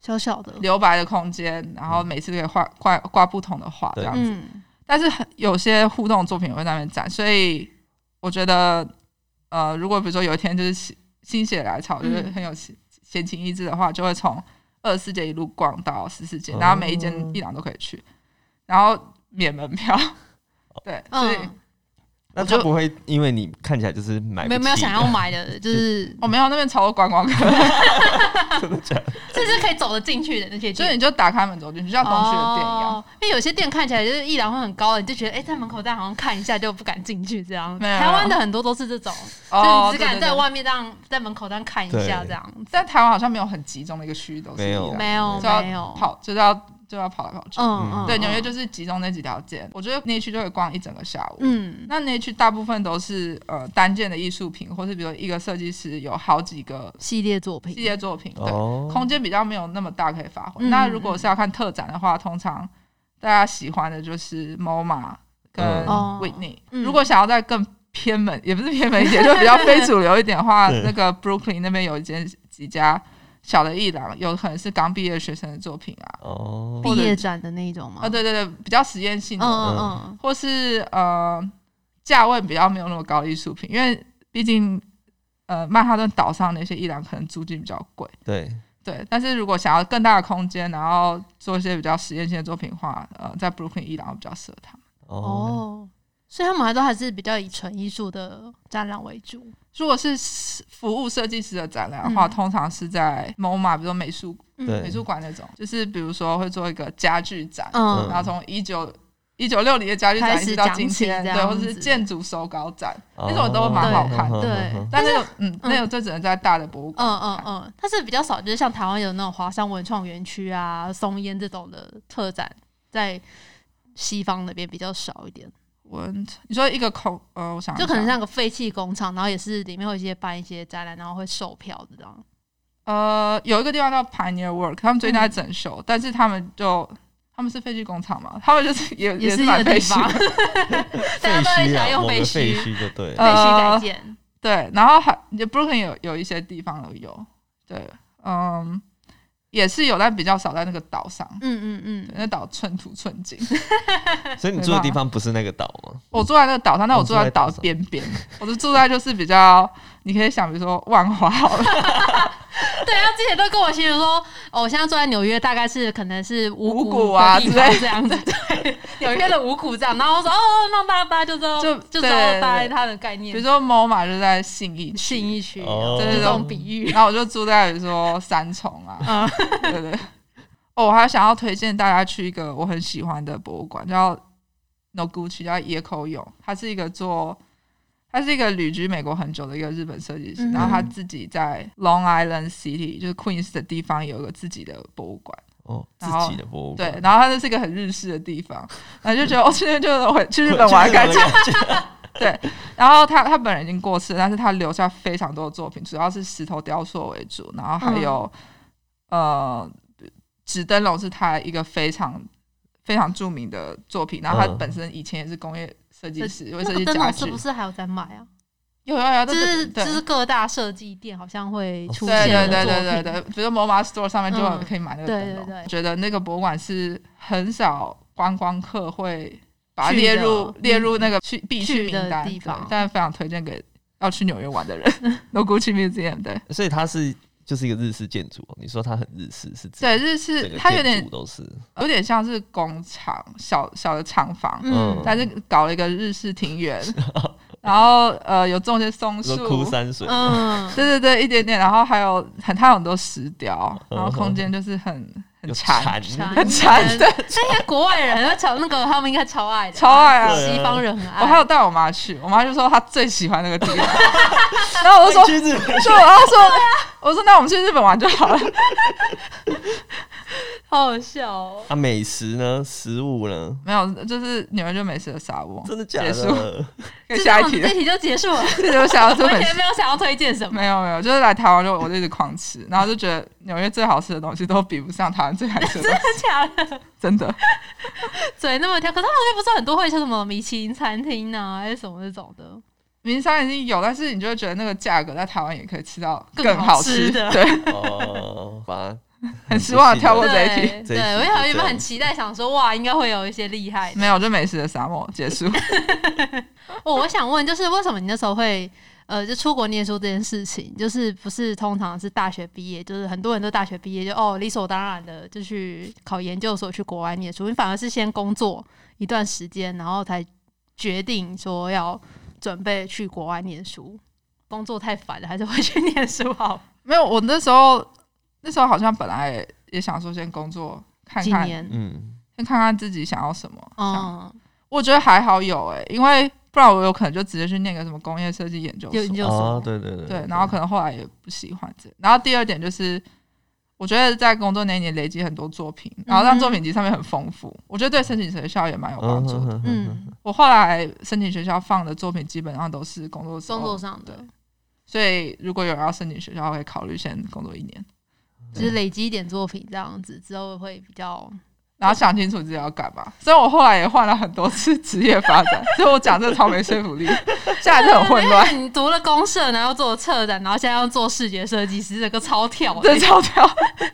小小的，
留白的空间，然后每次都可以画挂挂不同的画这
对
样子。
嗯，
但是很有些互动作品也会在那边展，所以我觉得，呃，如果比如说有一天就是心心血来潮，就是
嗯
很有闲闲情逸致的话，就会从二十四街一路逛到十四街
哦，
然后每一间一两都可以去，然后免门票。对，
哦
所以
嗯，
那他不会因为你看起来就是买
没有
不
没有
起
想
的
要买 的，就是
我没有那边超多观光客，
这是可以走得进去的那些
就
店
是。你就打开门走进去，就像东区的店一样。
哦，因为有些店看起来就是一两会很高的，你就觉得哎、在门口这样好像看一下就不敢进去这样。
没有
台湾的很多都是这种，
哦，
就是你只
对
敢
对
在
对
外面这样在门口这样看一下
对
这样子。
在台湾好像没有很集中的一个区域都是
没有
一样
没有
就要
没有，
跑就是要就要跑来跑去。
嗯嗯，
对，
嗯
纽约就是集中那几条街，我觉得那一区就会逛一整个下午。
嗯
那那一区大部分都是呃单件的艺术品，或是比如一个设计师有好几个
系列作
系
品，
列作品，对，
哦，
空间比较没有那么大可以发挥。
嗯
那如果是要看特展的话，通常大家喜欢的就是 MoMA 跟
嗯
哦
Whitney。
嗯
如果想要再更偏门，也不是偏门一点，就比较非主流一点 的话，
对
那个 Brooklyn 那边有一间几家小的艺廊，有可能是刚毕业的学生的作品啊，
哦，
毕业展的那一种吗？
啊，对对对，比较实验性
嗯，
的，
哦嗯嗯
或是呃价位比较没有那么高的艺术品，因为毕竟呃曼哈顿岛上那些艺廊可能租金比较贵，
对，
对。但是如果想要更大的空间，然后做一些比较实验性的作品的话，呃，在 Brooklyn 艺廊会比较适合他们。
哦，
哦，所以他们还都还是比较以纯艺术的展览为主。
如果是服务设计师的展览的话，
嗯
通常是在 MoMA，比如说美术
嗯
对
美术馆那种，就是比如说会做一个家具展，
嗯
然后从一九一九六零的家具展
开
一
始
直到
讲
今
起
天，
这
对，
样
或者是
子
建筑手稿展，
哦
那种都蛮
好
看
嗯
对
嗯嗯
但那种嗯，
嗯
那种就只能在大的博物馆。
嗯嗯嗯，但是比较少，就是像台湾有那种华山文创园区啊、松烟这种的特展，在西方那边比较少一点，
文，你说一个空，呃，我想一
哦就可能
下
像个废弃工厂，然后也是里面会一些办一些展览，然后会售票的这样。
呃，有一个地方叫 Pioneer Work，他们最近在整修，但是他们就他们是废弃工厂嘛，他们就是 也
也是
是
一
蛮
个
废
地
墟
方，
的。
大家都很
废墟
想
啊，
用
某个
废
废
墟，
墟就对
废
了，
墟改
呃
建。
对，然后还就 Brooklyn 有有一些地方有有，对，嗯，也是有，但比较少在那个岛上。
嗯嗯
对
嗯，
那岛寸土寸金，呃
所以你住的地方不是那个岛吗？
我住在那个岛上，但我哦住在岛边边，我就住在就是比较，你可以想，比如说万华好 了，
对，他之前都跟我形容说，哦，我现在住在纽约，大概是可能是五
五谷啊
之
之类
这样子，对，纽约的五谷这样。然后我说，哦，那大家大家就知道，
就
就知
对
道大概
对
他的概念，
比如说 MoMA 就在信义区，
信义区，
哦
就是这种比喻。
然后我就住在比如说三重啊，
嗯，
对对对。哦，我还想要推荐大家去一个我很喜欢的博物馆，叫 Noguchi，叫野口勇，他是一个做。他是一个旅居美国很久的一个日本设计师，
嗯
然后他自己在 Long Island City，就是 Queens 的地方有一个自己的博物馆。
哦，自
然后
己的博物
对
馆，，
然后它就是一个很日式的地方，然后就觉得我去那就回去日本玩的感觉。对，然后他他本人已经过世了，但是他留下非常多的作品，主要是石头雕塑为主，然后
嗯
还有、呃纸灯笼是他一个非常非常著名的作品，然后他
嗯
本身以前也是工业设计师，也会
那
设
个
计
灯
家
笼
具
是。不是还有在卖啊？
有有有，
就
但
是
对
就是各大设计店好像会出
对
现
对
的
对
作
对对
品
对，比如 MoMA Store 上面就有
嗯
可以买那个
对
灯笼。
对对
觉得那个博物馆是很少观光客会把它
去
列
的嗯
入列入那个去必
去
去
的
名单
地
对
方
但非常推荐给要去纽约玩的人。Noguchi Museum 对
所以它是就是一个日式建筑哦。你说它很日式是指
对，日
整
式
个
它有
建
点
筑都是，
有点像是工厂小小的厂房，
嗯
嗯
但是搞了一个日式庭园， 然后呃有种一些松
你
树
说。枯山水，
嗯，
对对对，一点点，然后还有很，它有很多石雕，
嗯
然后空间就是很很
有
长，
蝉
蝉
很馋
嗯
的，
那些国外人他超那个他们应该超爱的，
超爱啊
对啊
西方人很爱。
我还有带我妈去，我妈就说她最喜欢那个地方， 然后我就说，
去日本
就我要说，
啊
我说那我们去日本玩就好了。
好好笑哦，
啊，美食呢，食物呢，
没有，就是纽约就美食的沙漠，
真的假
结束，
的？
就
跟
这
下一
样子，
题
这，题就结束了，
这就想要做
完
美
全
食。
没有想要推荐什么。
没有没有，就是来台湾就我就一直狂吃，然后就觉得纽约最好吃的东西都比不上台湾最好吃的
真
东
的
西，
假的？
真的。
嘴那么挑，可是他们那边不是很多会像什么米其林餐厅啊，还是什么那种的，
名山已经有，但是你就会觉得那个价格在台湾也可以吃到
更好
好
吃的
对，
哦，把
很失望地跳过
对
这一题。
这一
对，
题
我也很
就
原
这
本
样
很期待，想说哇，应该会有一些厉害的。哦
没有，就美食的沙漠结束。
我我想问，就是为什么你那时候会呃，就出国念书这件事情，就是不是通常是大学毕业，就是很多人都大学毕业就哦理所当然的就去考研究所，去国外念书，你反而是先工作一段时间，然后才决定说要准备去国外念书。工作太烦了，还是回去念书好。
没有，我那时候那时候好像本来也也想说先工作看
几
看，
年，
嗯，
先看看自己想要什么。嗯，
嗯，
我觉得还好有哎、因为不然我有可能就直接去念个什么工业设计研究所
有，研究
哦
所，，
对对对
对，然后可能后来也不喜欢这。然后第二点就是。我觉得在工作那一年累积很多作品，
嗯
然后让作品集上面很丰富，我觉得对申请学校也蛮有帮助的。
嗯
嗯，
我后来申请学校放的作品基本上都是工作时候
工作上的，
所以如果有人要申请学校，会考虑先工作一年，
就是累积一点作品这样子，之后会比较
然后想清楚自己要干嘛。所以我后来也换了很多次职业发展，所以我讲这个超没说服力， 现在还是很混乱，
对哎你读了公社，然后做策展，然后现在要做视觉设计师，这个超 跳的
真，超跳，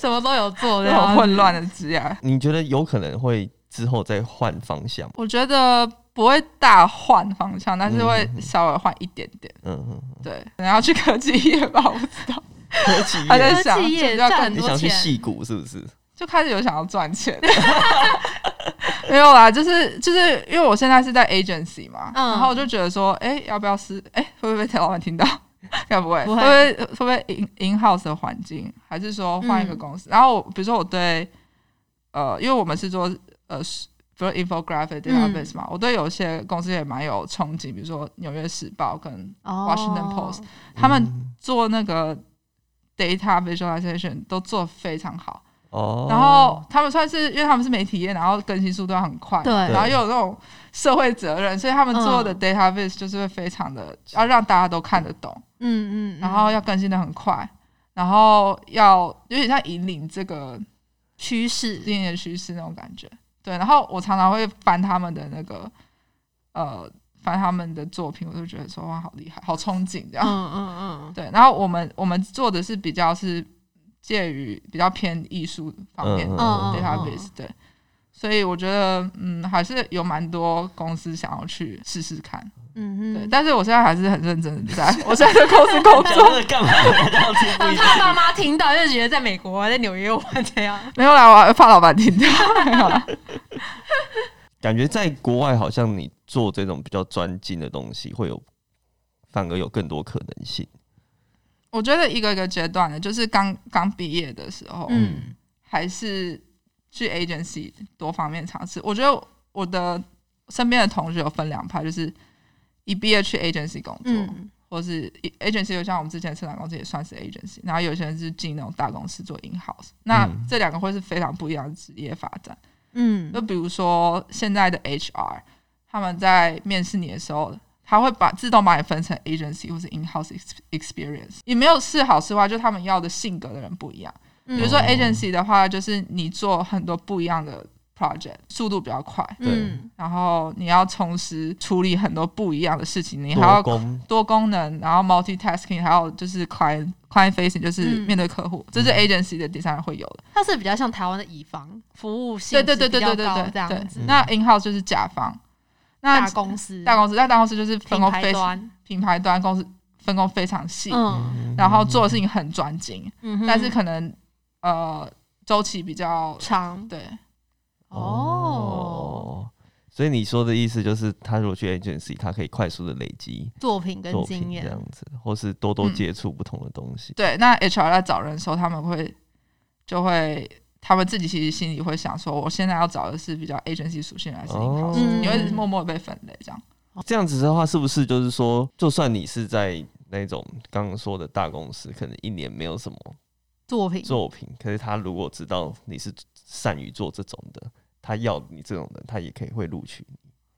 什么都有做的，
很混乱的职业。
你觉得有可能会之后再换方向吗？
我觉得不会大换方向，但是会稍微换一点点。
嗯，嗯嗯
对，可能要去科技业吧，我不知道。
科技
还在
业，
科
想
技业
就要
赚
干
很
你
多
想去
钱，
戏谷是不是？
就开始有想要赚钱。 没有啦，就是就是因为我现在是在 agency 嘛，
嗯
然后我就觉得说，哎、要不要试？哎、会不会被老板听到？ 该不会？
不
会
会
不会会不会 in in house 的环境，还是说换一个
嗯
公司？然后我比如说我对，呃，因为我们是做呃，是比如 infographic
嗯
database 嘛，我对有些公司也蛮有憧憬，比如说《纽约时报》跟
哦
Washington Post 他们
嗯
做那个 data visualization 都做得非常好。
哦，
然后他们算是，因为他们是媒体业，然后更新速度要很快，
对
然后又有那种社会责任，所以他们做的
嗯
database 就是会非常的要让大家都看得懂，
嗯嗯，嗯
然后要更新的很快，然后要有点像引领这个
趋势，
今年的趋势那种感觉。对，然后我常常会翻他们的那个，呃，翻他们的作品，我就觉得说哇，好厉害，好憧憬这
嗯
样。
嗯嗯，
对，然后我们我们做的是比较是介于比较偏艺术方面的
嗯
嗯嗯
database，对。所以我觉得，嗯，还是有蛮多公司想要去试试看，
嗯
对。
嗯，
但是我现在还是很认真的在，我现在在公司工
讲
作，
这个干嘛？大家要听不嗯
让
一
他
定
爸妈听到就觉得在美国啊，在纽约玩这样。
没有啦，我还怕老板听到，没有啦。
感觉在国外好像你做这种比较专精的东西，会有反而有更多可能性。
我觉得一个一个阶段的，就是刚刚毕业的时候，
嗯
还是去 agency 多方面尝试。我觉得我的身边的同学有分两派，就是一毕业去 agency 工作，
嗯
或是一 agency 就像我们之前的生产公司也算是 agency，然后有些人是进那种大公司做 in house，那
嗯
这两个会是非常不一样的职业发展。就
嗯
比如说现在的 HR，他们在面试你的时候，他会把自动把你分成 agency 或是 in house experience，也没有是好是坏，就他们要的性格的人不一样。
嗯
比如说
哦
agency 的话，就是你做很多不一样的 project，速度比较快，
嗯
然后你要同时处理很多不一样的事情，你还
多
要
工，
多功能，然后 multitasking，还有就是 client client facing，就是
嗯
面对客户，这是 agency 的 design 会有的。
它是比较像台湾的乙方服务性
对
质
对对对
比较
对对
高
对
这样子，
嗯
对。那 in house 就是甲方，那
大公司
大公司，那大公司就是分
品
工
牌
非常
端，
品牌端公司分工非常细，
嗯
然后做的事情很专精，
嗯哼，
但是可能呃周期比较
长
对。
哦，
所以你说的意思就是，他如果去 agency，他可以快速的累积
作品跟
作
经
品这
验
样子，或是多多
嗯
接触不同的东西。
对，那 HR 在找人的时候，他们会就会他们自己其实心里会想说，我现在要找的是比较 agency 属性的还是 in house，、
嗯
你会默默地被分类这样。
这样子的话，是不是就是说，就算你是在那种刚刚说的大公司，可能一年没有什么
作品，
作品，可是他如果知道你是善于做这种的，他要你这种人，他也可以会录取你。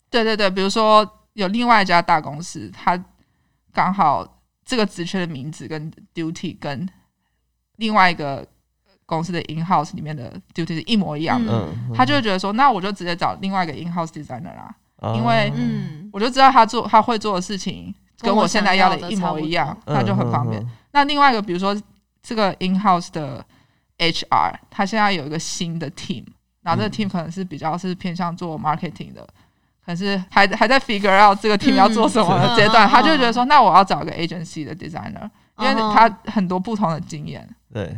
对对对，比如说有另外一家大公司，它刚好这个职缺的名字跟 duty 跟另外一个公司的 in house 里面的 duty 是一模一样的，
嗯，
他就会觉得说，那我就直接找另外一个 in house designer 啦、
啊
因为
嗯，
我就知道他做他会做的事情跟我现在要的一模一样，
嗯
那就很方便。。那另外一个，比如说这个 in house 的 HR，他现在有一个新的 team，
嗯
然后这个 team 可能是比较是偏向做 marketing 的，可是还还在 figure out 这个 team
嗯
要做什么的阶
嗯嗯
段，
嗯
他就觉得说，那我要找一个 agency 的 designer，因为
嗯
他很多不同的经验，
对，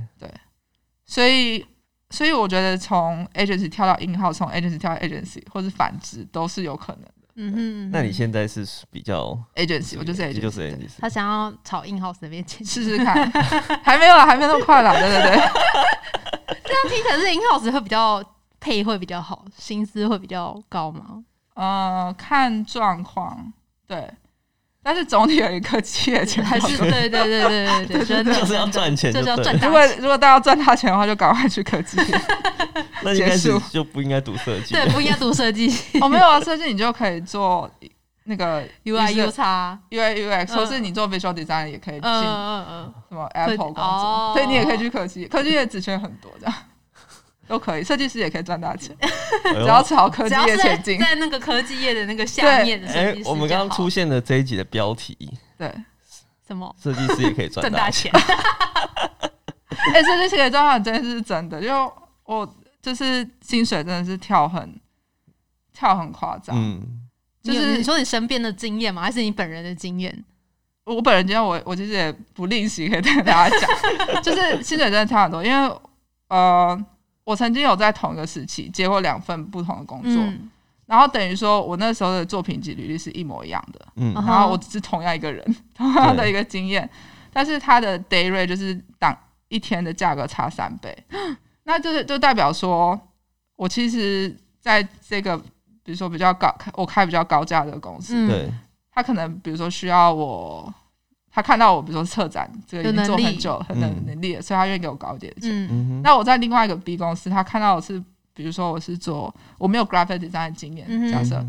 所以。所以我觉得从 agency 跳到 in house，从 agency 跳到 agency，或是反之都是有可能的。
嗯哼，
那你现在是比较
agency 我就是 agency，
就是 a
对
g e n c
他想要炒 in house 那边钱，
试试看， 还没有啦，还没那么快啦，对对对，
这样听起来是 in house 会比较配会比较好，薪资会比较高吗？
呃，看状况，对，但是总体有一个企业权
还
重
是 对对对 对对对，真的
就是要赚钱
就是要
对
赚
了。
大
如果
钱
如果大家要赚大钱的话，就赶快 去科技。
那应该是
结束
就不应该读设计。
对，不应该读设计
哦，没有啊，设计你就可以做那个
U I U
就是
x
UI UX，
嗯
或是你做 visual design 也可以
嗯
进
嗯嗯
什么 Apple 工
哦
作，所以你也可以去科技，科技的职缺很多这样都可以，设计师也可以赚大钱，
哎呦
只要朝科
嗯，只
技
要
业
是在
前进。
在那个科技业的那个下面的设
哎
计师就，好，
我们刚刚出现的这一集的标题，
对，
什么
设计师也可以 赚
赚大
钱。
钱？
哎，设计师可以赚大钱这件事是真的，因为我就是薪水真的是跳很跳很夸张，
嗯，
就
你有
是
你说你身边的经验吗？还是你本人的经验？
我本人今天我我其实也不吝惜可以跟大家 讲，就是薪水真的差很多，因为呃，我曾经有在同一个时期接过两份不同的工作，
嗯，
然后等于说我那时候的作品及履历是一模一样的，
嗯
嗯
然后我是同样一 个人，同样的一个经验，但是他的 day rate 就是当一天的价格差三倍， 那就是就代表说我其实在这个比如说比较高，我开比较高价的公司，
嗯
对，
他可能比如说需要我，他看到我比如说策展这个已经做很久很能
嗯
能力了，所以他愿意给我高一点的钱。
嗯
嗯哼，
那我在另外一个 B 公司，他看到我是比如说我是做我没有 graphic design 的经验，
嗯哼
假设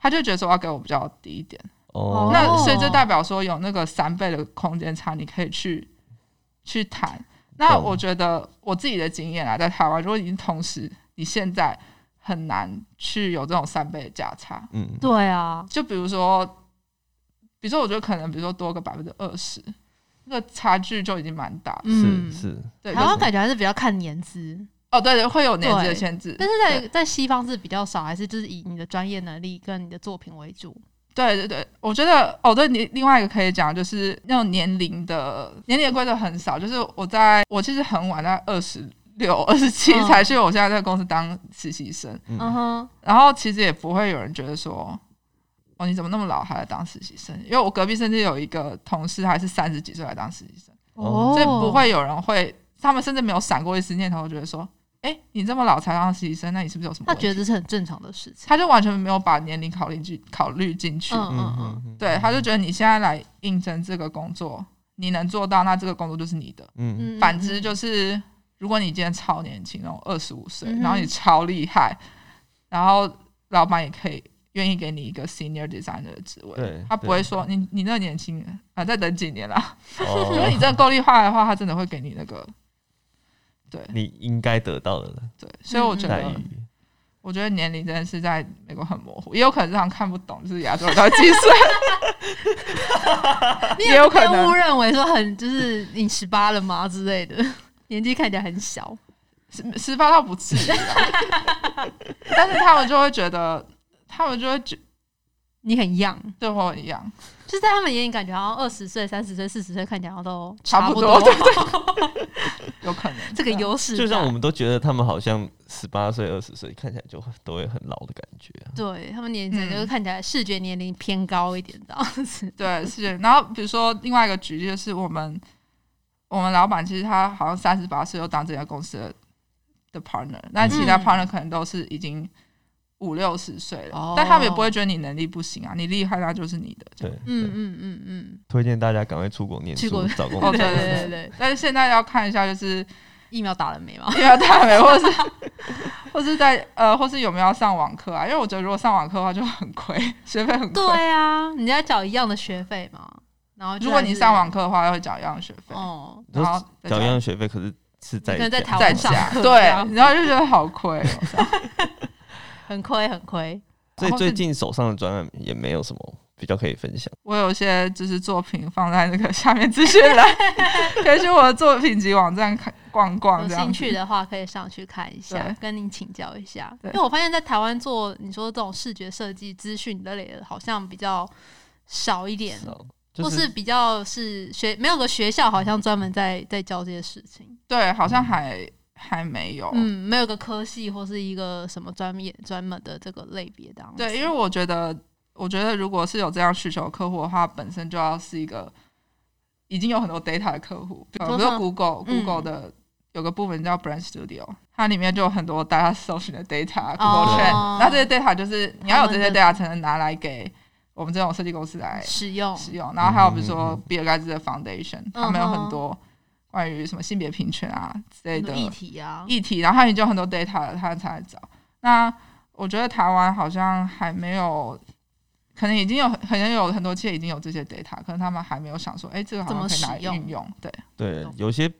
他就觉得说要给我比较低一点，
哦，
那所以就代表说有那个三倍的空间差，你可以去去谈。那
懂
我觉得我自己的经验啊，在台湾，如果已经同时你现在很难去有这种三倍的价差，
嗯，
对啊，
就比如说，比如说，我觉得可能，比如说多个百分之二十，那个差距就已经蛮大的。
是
嗯，
是，
对，
台湾
就是
感觉还是比较看年资，
哦，对对，会有年纪的
对
限制，
但是在在西方是比较少，还是就是以你的专业能力跟你的作品为主。
对对对，我觉得哦，对，你另外一个可以讲的就是那种年龄的年龄的规则很少，就是我在我其实很晚，在二十六、二十七
嗯
才去我现在这个公司当实习生，
嗯
嗯哼，
然后其实也不会有人觉得说。哦，你怎么那么老还来当实习生？因为我隔壁甚至有一个同事，还是三十几岁来当实习生，
哦
所以不会有人会，他们甚至没有闪过一丝念头，觉得说，哎、你这么老才当实习生，那你是不是有什么
他
问题？
觉得这是很正常的事情。
他就完全没有把年龄考虑进考虑进去，
嗯
嗯
嗯嗯
嗯嗯
对，他就觉得你现在来应征这个工作，你能做到，那这个工作就是你的。
嗯，
嗯，
反之就是，如果你今天超年轻，那种二十五岁
嗯，哼
然后你超厉害，然后老板也可以愿意给你一个 senior designer 的职位，
对，
他不
对
会说你你那年轻啊，再等几年啦。 如果你
哦，
真的够厉害的话，他真的会给你那个。对
你应该得到的
对，所以我觉
待
得，
遇。
我觉得年龄真的是在美国很模糊，也有可能是他们看不懂，就是亚洲人到底几岁。
你
也有可能
被误认为说很就是你十八了吗之类的，年纪看起来很小。
十十八倒不至于啊， 但是他们就会觉得，他们就会觉
你很 young，
对我一样，
就是在他们眼里感觉好像二十岁、三十岁、四十岁看起来好像都
差不
不
多，对对 对，有可能
这个优势
就像
在
我们都觉得他们好像十八岁、二十岁，看起来就都会很老的感觉啊。
对他们年龄层
嗯
就是看起来视觉年龄偏高一点这样子。
对是。然后比如说另外一个举例就是我们我们老板其实他好像三十八岁就当这家公司的的 partner，那其他
嗯
partner 可能都是已经五六十岁了，
哦
但他们也不会觉得你能力不行啊，你厉害那就是你的。
对，
嗯
对
嗯嗯嗯，
推荐大家赶快出国念
去国
书，找工
哦
作
对。
对对对对，
但是现在要看一下就是
疫苗打了没吗？
因为大美，或是或是在呃，或是有没有要上网课啊？因为我觉得如果上网课的话就很亏，学费很亏。
对啊，你在缴一样的学费嘛，然后就
如果
还
你
是
上网，课的话，会缴一样的学费，
哦，
就
然后再
缴一样的学费，可是是
你
在
可能在
家
台
再
湾上
加，
课，
对
这样，
然后就觉得好 亏、哦。
很亏很亏。
所以
哦
然后
最
是
近手上的专案也没有什么比较可以分享。
我有一些就是作品放在那个下面资讯栏， 可以去我的作品集网站看逛逛，
有
这样
兴
子
趣的话，可以上去看一下
对，
跟您请教一下。
对
因为我发现，在台湾做你说这种视觉设计资讯的类的，好像比较少一点，
少
或是比较是学没有个学校好像专门在在教这些事情。
对，好像还还没有。
嗯，没有个科系或是一个什么专业专门的这个类别当中。
对，因为我觉得，我觉得如果是有这样需求的客户的话，本身就要是一个已经有很多 data 的客户，呃比如
嗯
说
哼
Google、
嗯
Google 的有个部门叫 Brand Studio，它里面就有很多大家搜寻的 data、
哦
Google Trend，那这些 data 就是你要有这些
他们的
data 才能拿来给我们这种设计公司来
使用
使用。然后还有比如
嗯
说
嗯
比尔盖茨的 Foundation，
嗯
他们有很
哼
多关于什么性别平权啊之类
什
的
么议题啊，
议题，然后他已经有很多 data 了，他才来找。那我觉得台湾好像还没有，可能已经有很可能有很多企业已经有这些 data，可能他们还没有想说，哎、这个好像可以
怎
拿来
么使用
运用。对
对
懂
有些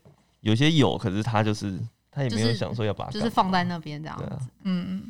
有些有，可是他就是他也没有
就是
想说要把它
就是
干
放
嘛
在那边这样
对啊
子。
嗯，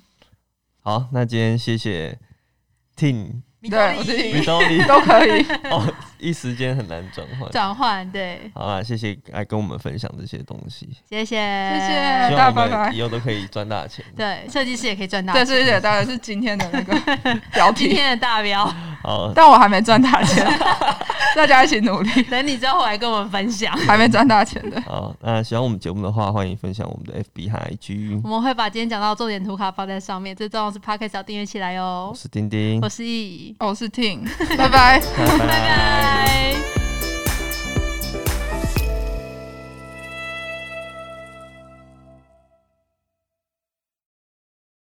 好，那今天谢谢 Tin
米
对
德里
我自己
米兜里
嗯都可以。
哦，一时间很难转换。
转换，对，
好啦，谢谢来跟我们分享这些东西，
谢谢，
谢
谢
谢
希
大
望
家
我
拜拜
们以后都可以赚大钱。
对，设计师也可以赚大
对，
钱。
谢谢，当然是今天的那 个标
今
题，
天的大标，
好，
但我还没赚大钱， 大家一起努力，
等你之后来跟我们分享。
还没赚大钱的。
好，那喜欢我们节目的话，欢迎分享我们的 FB 和
嗯
IG
我。们会把今天讲到的重点图卡放在上面，最重要的是 p o d c a s t 要订阅起来
我
哦。
是丁丁
我，是易，
哦我是 Ting，拜拜。
拜拜。